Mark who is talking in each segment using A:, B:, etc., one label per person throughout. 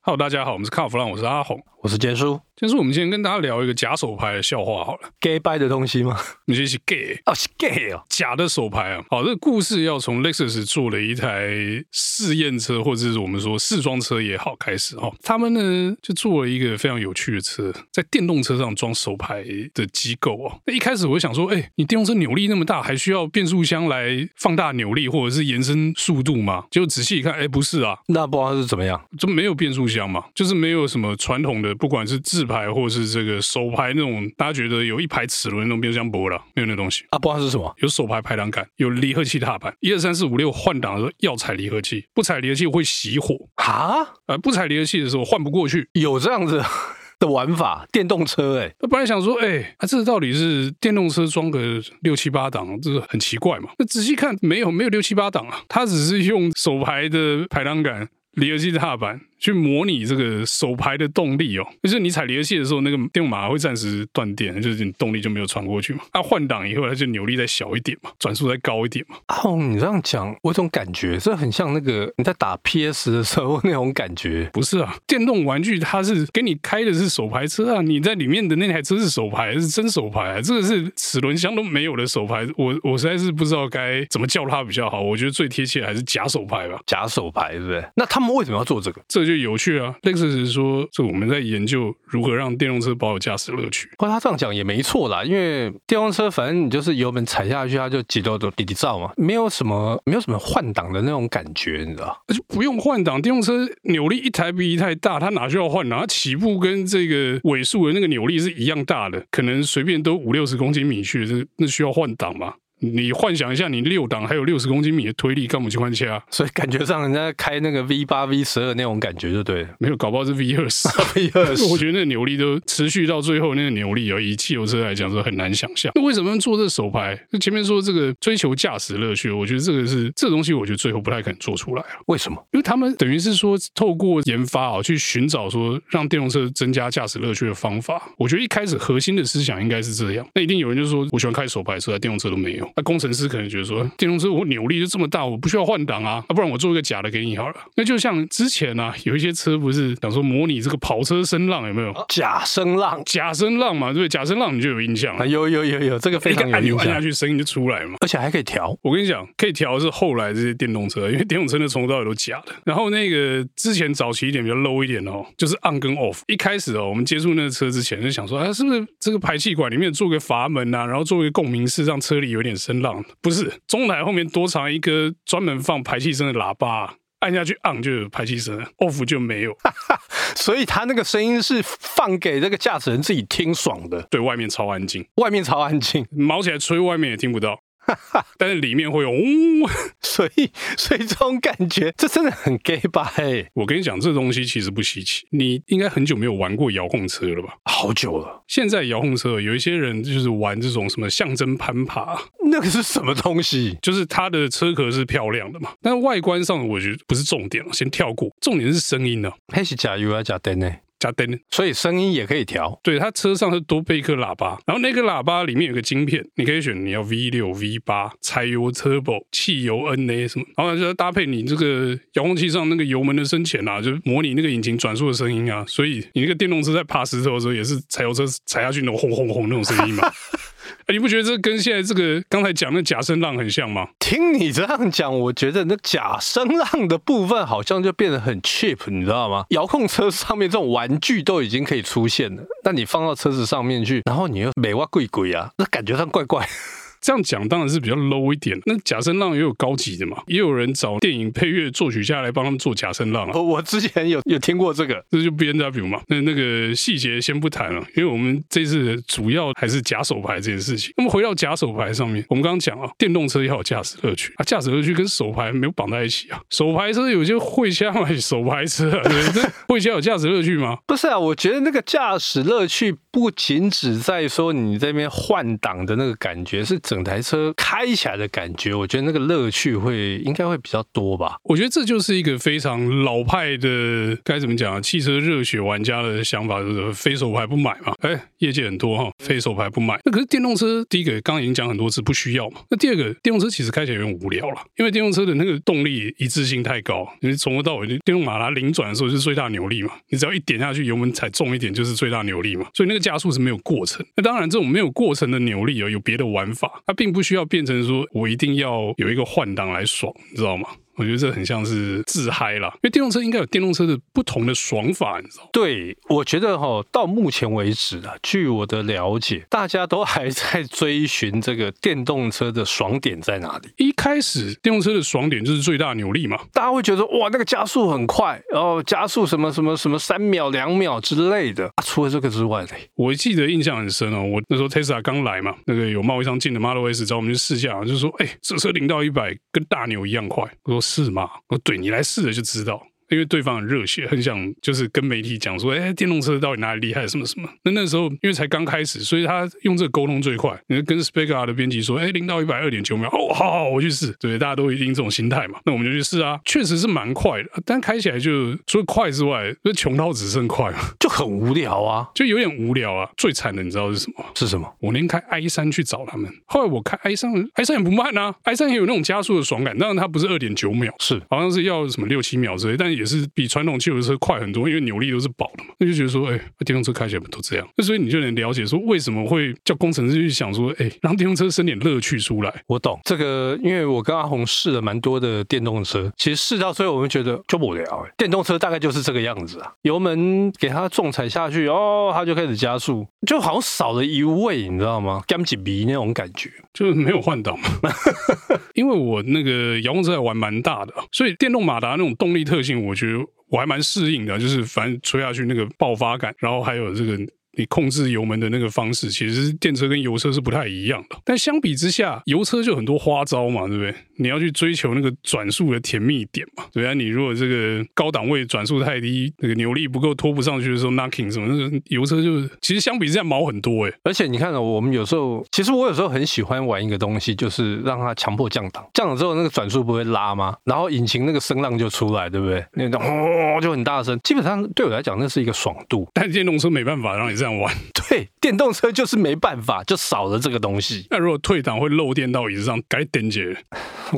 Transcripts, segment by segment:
A: Hello，大家好，我们是卡弗朗，我是阿红。
B: 我是杰叔
A: 今天是我们今天跟大家聊一个假手牌的笑话好了，
B: ，gay 拜的东西吗？
A: 我们就一起 gay
B: 哦，是 gay 哦，
A: 假的手牌啊。好，这个故事要从 Lexus 做了一台试验车，或者是我们说试装车也好开始哦。他们呢就做了一个非常有趣的车，在电动车上装手牌的机构哦。那一开始我就想说，哎、你电动车扭力那么大，还需要变速箱来放大扭力或者是延伸速度吗？结果仔细一看，哎、不是啊，
B: 那不知道是怎么样，
A: 就没有变速箱嘛，就是没有什么传统的，不管是自排或是这个手排那种，大家觉得有一排齿轮那种变速箱不了，没有那东西。
B: 啊，不知道是什么，
A: 有手排排挡杆，有离合器踏板，一二三四五六换挡的时候要踩离合器，不踩离合器会熄火，
B: 哈，
A: 呃，不踩离合器的时候换不过去。
B: 有这样子 的玩法，电动车哎、
A: 我本来想说，哎、啊，这到底是电动车装个六七八档，这很奇怪嘛。那仔细看，没有没有六七八档啊，它只是用手排的排挡杆、离合器踏板去模拟这个手排的动力哦。就是你踩离合器的时候，那个电动马达会暂时断电，就是你动力就没有传过去嘛。啊，换挡以后，它就扭力再小一点嘛，转速再高一点嘛。
B: 啊，哦，你这样讲，我有种感觉，这很像那个你在打 PS 的时候那种感觉，
A: 不是啊，电动玩具它是给你开的是手排车啊，你在里面的那台车是手排，是真手排、啊，这个是齿轮箱都没有的手排，我我实在是不知道该怎么叫它比较好。我觉得最贴切还是假手排吧，
B: 假手牌对不对？那他们为什么要做这个？
A: 这就有趣啊。Lexus 说，这我们在研究如何让电动车保有驾驶乐趣。
B: 不过他这样讲也没错啦，因为电动车反正你就是油门踩下去，它就几多多滴滴照嘛，没有什么没有什么换挡的那种感觉，你知道？
A: 而且不用换挡，电动车扭力一台比一台大，它哪需要换挡？它起步跟这个尾数的那个扭力是一样大的，可能随便都五六十公斤米去，这那需要换挡吗？你幻想一下，你六档还有六十公斤米的推力，干嘛去换车啊？
B: 所以感觉上人家开那个 V 八 V 十二那种感觉就对了
A: 没有，搞不好是 V 二十。啊
B: ，V 二
A: 我觉得那个扭力都持续到最后，那个扭力而哦以汽油车来讲是很难想象。那为什么要做这手牌？就前面说这个追求驾驶乐趣，我觉得这个是这个东西，我觉得最后不太可能做出来啊。
B: 为什么？
A: 因为他们等于是说透过研发哦，去寻找说让电动车增加驾驶乐趣的方法。我觉得一开始核心的思想应该是这样。那一定有人就说，我喜欢开手排车，啊，电动车都没有。那工程师可能觉得说，电动车我扭力就这么大，我不需要换挡啊，那不然我做一个假的给你好了。那就像之前啊，有一些车不是想说模拟这个跑车声浪有没有？
B: 假声浪
A: 假声浪嘛，对不对，假声浪你就有印象
B: 啊，
A: 了，
B: 有有有有，这个非
A: 一个
B: 常有
A: 按钮
B: 印
A: 按下
B: 象，
A: 去，声音就出来嘛。
B: 而且还可以调。
A: 我跟你讲，可以调的是后来这些电动车，因为电动车那从头到尾都假的。然后那个之前早期一点比较 low 一点哦，就是 on 跟 off。一开始哦，我们接触那个车之前就想说，啊，是不是这个排气管里面做个阀门啊，然后做个共鸣室，让车里有点声浪？不是，中台后面多藏一个专门放排气声的喇叭、按下去 on 就有排气声，off 就没有。
B: 所以他那个声音是放给这个驾驶人自己听爽的，
A: 对外面超安静，
B: 外面超安静，
A: 毛起来吹，外面也听不到，但是里面会有嗡。
B: 所以所以这种感觉，这真的很 gay 吧、欸？
A: 我跟你讲，这东西其实不稀奇，你应该很久没有玩过遥控车了吧？
B: 好久了，
A: 现在遥控车有一些人就是玩这种什么象征攀爬，
B: 那个是什么东西？
A: 就是它的车壳是漂亮的嘛，但外观上我觉得不是重点了，啊先跳过。重点是声音呢、啊，
B: 那是假油啊假灯呢？
A: 加灯。
B: 所以声音也可以调
A: 对，它车上是多备一颗喇叭，然后那个喇叭里面有个晶片，你可以选你要 V 六、V 八、柴油 Turbo、汽油 NA 什么，然后就搭配你这个遥控器上那个油门的深浅啊，就是模拟那个引擎转速的声音啊。所以你那个电动车在爬石头的时候，也是柴油车踩下去那种轰轰轰那种声音嘛。 哎你不觉得这跟现在这个刚才讲的假声浪很像吗？
B: 听你这样讲，我觉得那假声浪的部分好像就变得很 cheap，你知道吗？遥控车上面这种玩具都已经可以出现了，那你放到车子上面去，然后你又美哇贵贵啊，那感觉上怪怪。
A: 这样讲当然是比较 low 一点。那假声浪也有高级的嘛，也有人找电影配乐作曲家来帮他们做假声浪啊。
B: 我我之前有有听过这个，
A: 这就 B N W 嘛，那那个细节先不谈了，因为我们这次主要还是假手牌这件事情。那么回到假手牌上面，我们刚刚讲啊，电动车要有驾驶乐趣啊，驾驶乐趣跟手牌没有绑在一起啊。手牌车有些会家买手牌车、啊，对不对，这会家有驾驶乐趣吗？
B: 不是啊，我觉得那个驾驶乐趣不仅只在说你这边换挡的那个感觉，是整整台车开起来的感觉，我觉得那个乐趣会应该会比较多吧。
A: 我觉得这就是一个非常老派的，该怎么讲啊？汽车热血玩家的想法就是非手牌不买嘛。哎，业界很多哈、非手牌不买。那可是电动车，第一个刚刚已经讲很多次不需要嘛。那第二个，电动车其实开起来有点无聊了，因为电动车的那个动力一致性太高，你从头到尾，电动马达零转的时候就是最大扭力嘛，你只要一点下去，油门踩重一点就是最大扭力嘛，所以那个加速是没有过程。那当然，这种没有过程的扭力哦，有别的玩法，它并不需要变成说我一定要有一个换挡来爽，你知道吗？我觉得这很像是自嗨啦，因为电动车应该有电动车的不同的爽法，你知道吗？
B: 对，我觉得哈、到目前为止啊，据我的了解，大家都还在追寻这个电动车的爽点在哪里。
A: 一开始电动车的爽点就是最大扭力嘛，
B: 大家会觉得哇，那个加速很快，然、后加速什么什么什么三秒、两秒之类的。啊，除了这个之外嘞，
A: 我记得印象很深哦，我那时候 Tesla 刚来嘛，那个有贸易商进的 Model S 找我们去试驾，就说：“哎、这车零到一百跟大牛一样快。”我说：“是吗？”我说：“对你来试了就知道。”因为对方很热血，很想就是跟媒体讲说：“哎、电动车到底哪里厉害，什么什么。”那那时候因为才刚开始，所以他用这个沟通最快。你就跟 s p e c a 的编辑说：“哎、零到一百二点九秒，哦，好好，我去试。”对，大家都一定这种心态嘛。那我们就去试啊，确实是蛮快的，但开起来就除了快之外，就穷到只剩快嘛，
B: 就很无聊啊。
A: 就有点无聊啊。最惨的你知道是什么吗？
B: 是什么？
A: 我连开 i 三去找他们。后来我开 i 三，i 三也不慢啊，i 三也有那种加速的爽感，当然它不是二点九秒，
B: 是
A: 好像是要什么六七秒之类，但也是比传统汽油车快很多，因为扭力都是饱的嘛。那就觉得说，哎、电动车开起来不都这样？那所以你就能了解说，为什么会叫工程师去想说，哎、让电动车生点乐趣出来。
B: 我懂这个，因为我跟阿红试了蛮多的电动车，其实试到最后我们觉得就无聊、欸。电动车大概就是这个样子啊，油门给它重踩下去，哦，它就开始加速，就好像少了一味，你知道吗？干几鼻那种感觉。
A: 就是没有换挡嘛。因为我那个遥控车还玩蛮大的，所以电动马达那种动力特性，我觉得我还蛮适应的，啊就是反正吹下去那个爆发感，然后还有这个。你控制油门的那个方式，其实是电车跟油车是不太一样的。但相比之下，油车就很多花招嘛，对不对？你要去追求那个转速的甜蜜点嘛，对啊。你如果这个高档位转速太低，那个扭力不够，拖不上去的时候，knocking 什么，那个油车就是其实相比之下毛很多诶、欸
B: 而且你看哦，我们有时候，其实我有时候很喜欢玩一个东西，就是让它强迫降档，降档之后那个转速不会拉吗？然后引擎那个声浪就出来，对不对？那种哦就很大声，基本上对我来讲那是一个爽度。
A: 但电动车没办法让你这样玩。
B: 对，电动车就是没办法，就少了这个东西，
A: 那如果退档会漏电到椅子上，该点解？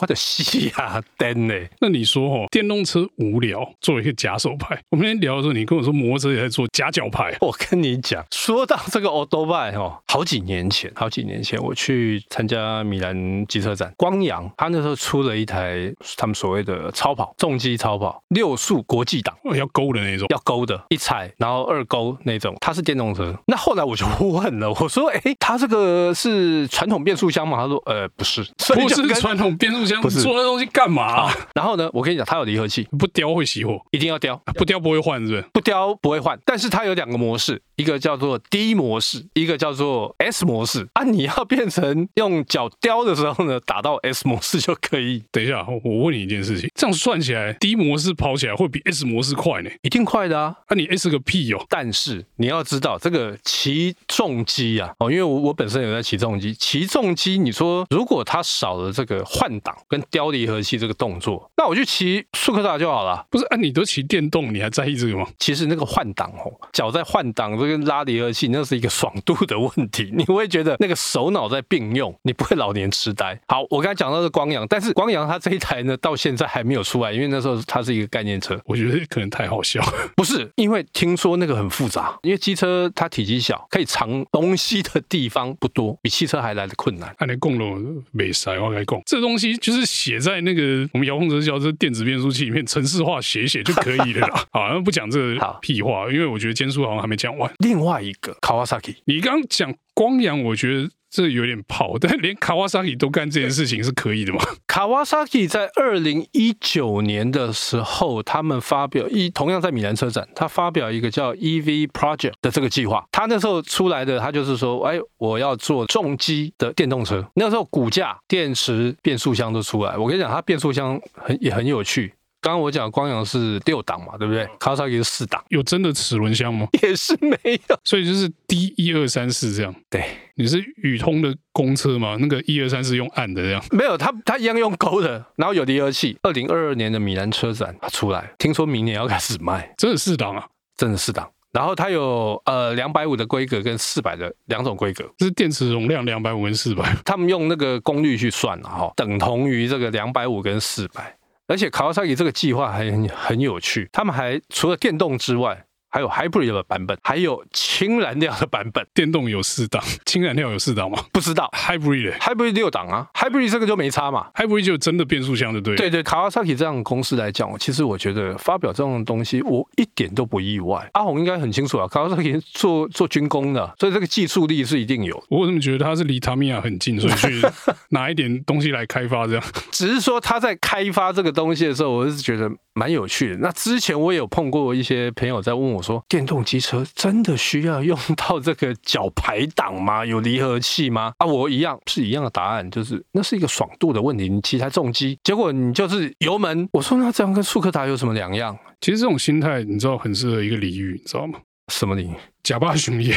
B: 我的戏啊呀，灯嘞，
A: 那你说哦，电动车无聊，做一个假手牌。我们那天聊的时候，你跟我说摩托车也在做夹脚牌，
B: 我跟你讲，说到这个 o d o b i 哦，好几年前，好几年前我去参加米兰机车展，光阳他那时候出了一台他们所谓的超跑，重机超跑，六速国际档。
A: 哦要勾的 那种。
B: 要勾的，一踩然后二勾那种，它是电动车。那后来我就问了，我说：“哎，它这个是传统变速箱吗？”他说：“呃，不是，所以
A: 不
B: 就是跟
A: 传统变速箱，
B: 不是
A: 做那东西干嘛、
B: 啊。”然后呢，我跟你讲，它有离合器，
A: 不雕会熄火，
B: 一定要雕，
A: 不雕不会换，是不是？
B: 不雕不会换。但是它有两个模式，一个叫做 D 模式，一个叫做 S 模式。啊，你要变成用脚雕的时候呢，打到 S 模式就可以，
A: 等一下，我问你一件事情，这样算起来，D 模式跑起来会比 S 模式快呢？
B: 一定快的啊。
A: 那、你 S 个屁哦！
B: 但是你要知道，这个骑重机啊，哦，因为我我本身有在骑重机，骑重机，你说如果它少了这个换挡跟雕离合器这个动作，那我就骑速克达就好了。
A: 不是啊，你都骑电动，你还在意这个吗？
B: 其实那个换挡哦，脚在换挡这个拉离合器，那是一个爽度的问题。 你会觉得那个手脑在并用，你不会老年痴呆。好，我刚才讲到的光阳，但是光阳它这一台呢，到现在还没有出来，因为那时候它是一个概念车。
A: 我觉得可能太好笑了。
B: 不是，因为听说那个很复杂，因为机车它体积小，可以藏东西的地方不多，比汽车还来的困难。
A: 啊按你供了没塞，我该供这东西就是写在那个我们遥控车叫这电子变速器里面，程式化写一写就可以了 啦。好，那不讲这个
B: 好
A: 屁话，因为我觉得坚叔好像还没讲完。
B: 另外一个 Kawasaki，
A: 你刚刚讲光阳，我觉得这有点跑，但连卡瓦萨里都干这件事情是可 以的嘛？
B: Kawasaki 在二零一九年的时候，他们发表一同样在米兰车展，他发表一个叫 EV Project 的这个计划。他那时候出来的，他就是说，哎，我要做重机的电动车。那时候骨架、电池、变速箱都出来。我跟你讲，它变速箱很也很有趣。刚刚我讲光阳是六档嘛，对不对？卡萨 i 是四档，
A: 有真的齿轮箱吗？
B: 也是没有。
A: 所以就是 D 一二三四这样。
B: 对，
A: 你是宇通的公车吗？那个一二三四用按的这样。
B: 没有，它它一样用勾的，然后有离合器。二零二二年的米兰车展它出来，听说明年要开始卖，
A: 真的四档啊，
B: 真的四档。然后它有呃两百五的规格跟四百的两种规格，
A: 这是电池容量两百五跟四百，
B: 他们用那个功率去算了哈，等同于这个两百五跟四百。而且卡 a 萨 i 这个计划还很很有趣，他们还除了电动之外，还有 hybrid 的版本，还有氢燃料的版本，
A: 电动有四档，氢燃料有四档吗
B: 不知道。
A: ？Hybrid 欸
B: hybrid 六档啊，hybrid 这个就没差嘛。
A: Hybrid 就有真的变速箱的，对了。
B: 对对，卡瓦萨奇这样的公司来讲，其实我觉得发表这种东西，我一点都不意外。阿红应该很清楚啊，卡瓦萨奇做做军工的，所以这个技术力是一定有。
A: 我怎么觉得它是离塔米亚很 近，所以去拿一点东西来开发这样？
B: 只是说他在开发这个东西的时候，我是觉得蛮有趣的。那之前我也有碰过一些朋友在问我说，电动机车真的需要用到这个脚排档吗？有离合器吗？啊，我一样是一样的答案，就是那是一个爽度的问题。你骑台重机，结果你就是油门，我说那这样跟速克达有什么两样？
A: 其实这种心态，你知道很适合一个俚语，你知道吗？
B: 什么你？
A: 假巴熊 也，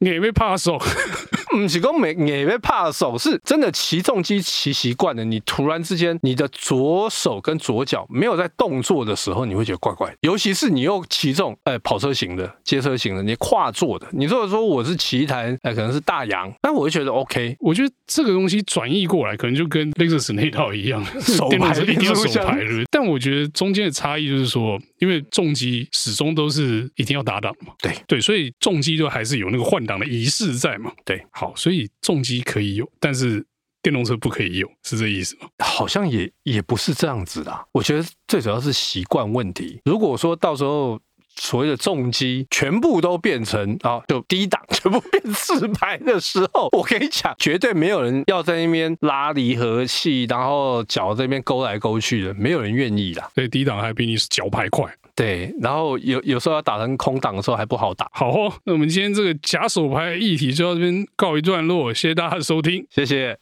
A: 也被怕手。
B: 不是讲没也被怕手，是真的骑重机骑习惯了，你突然之间你的左手跟左脚没有在动作的时候，你会觉得怪怪。尤其是你又骑这种呃跑车型的、街车型的，你跨坐的，你如果说我是骑一台呃可能是大洋，那我就觉得 OK。
A: 我觉得这个东西转译过来，可能就跟 Lexus 那套一样，
B: 手
A: 电动
B: 牌
A: 车一定要手
B: 变速箱
A: 牌，对不对？但我觉得中间的差异就是说，因为重机始终都是一定要打档嘛，
B: 对
A: 对，所以重机就还是有那个换挡的仪式在嘛，
B: 对。
A: 好，所以重机可以有，但是电动车不可以有，是这意思吗？
B: 好像也也不是这样子的啊。我觉得最主要是习惯问题。如果说到时候所谓的重机全部都变成啊，就低档 全部变四排的时候， 我跟你讲，绝对没有人要在那边拉离合器，然后脚这边勾来勾去的，没有人愿意的。
A: 所以低档还比你脚排快。
B: 对，然后有有时候要打成空档的时候还不好打。
A: 好、哦，那我们今天这个假手牌议题就到这边告一段落，谢谢大家的收听。
B: 谢谢。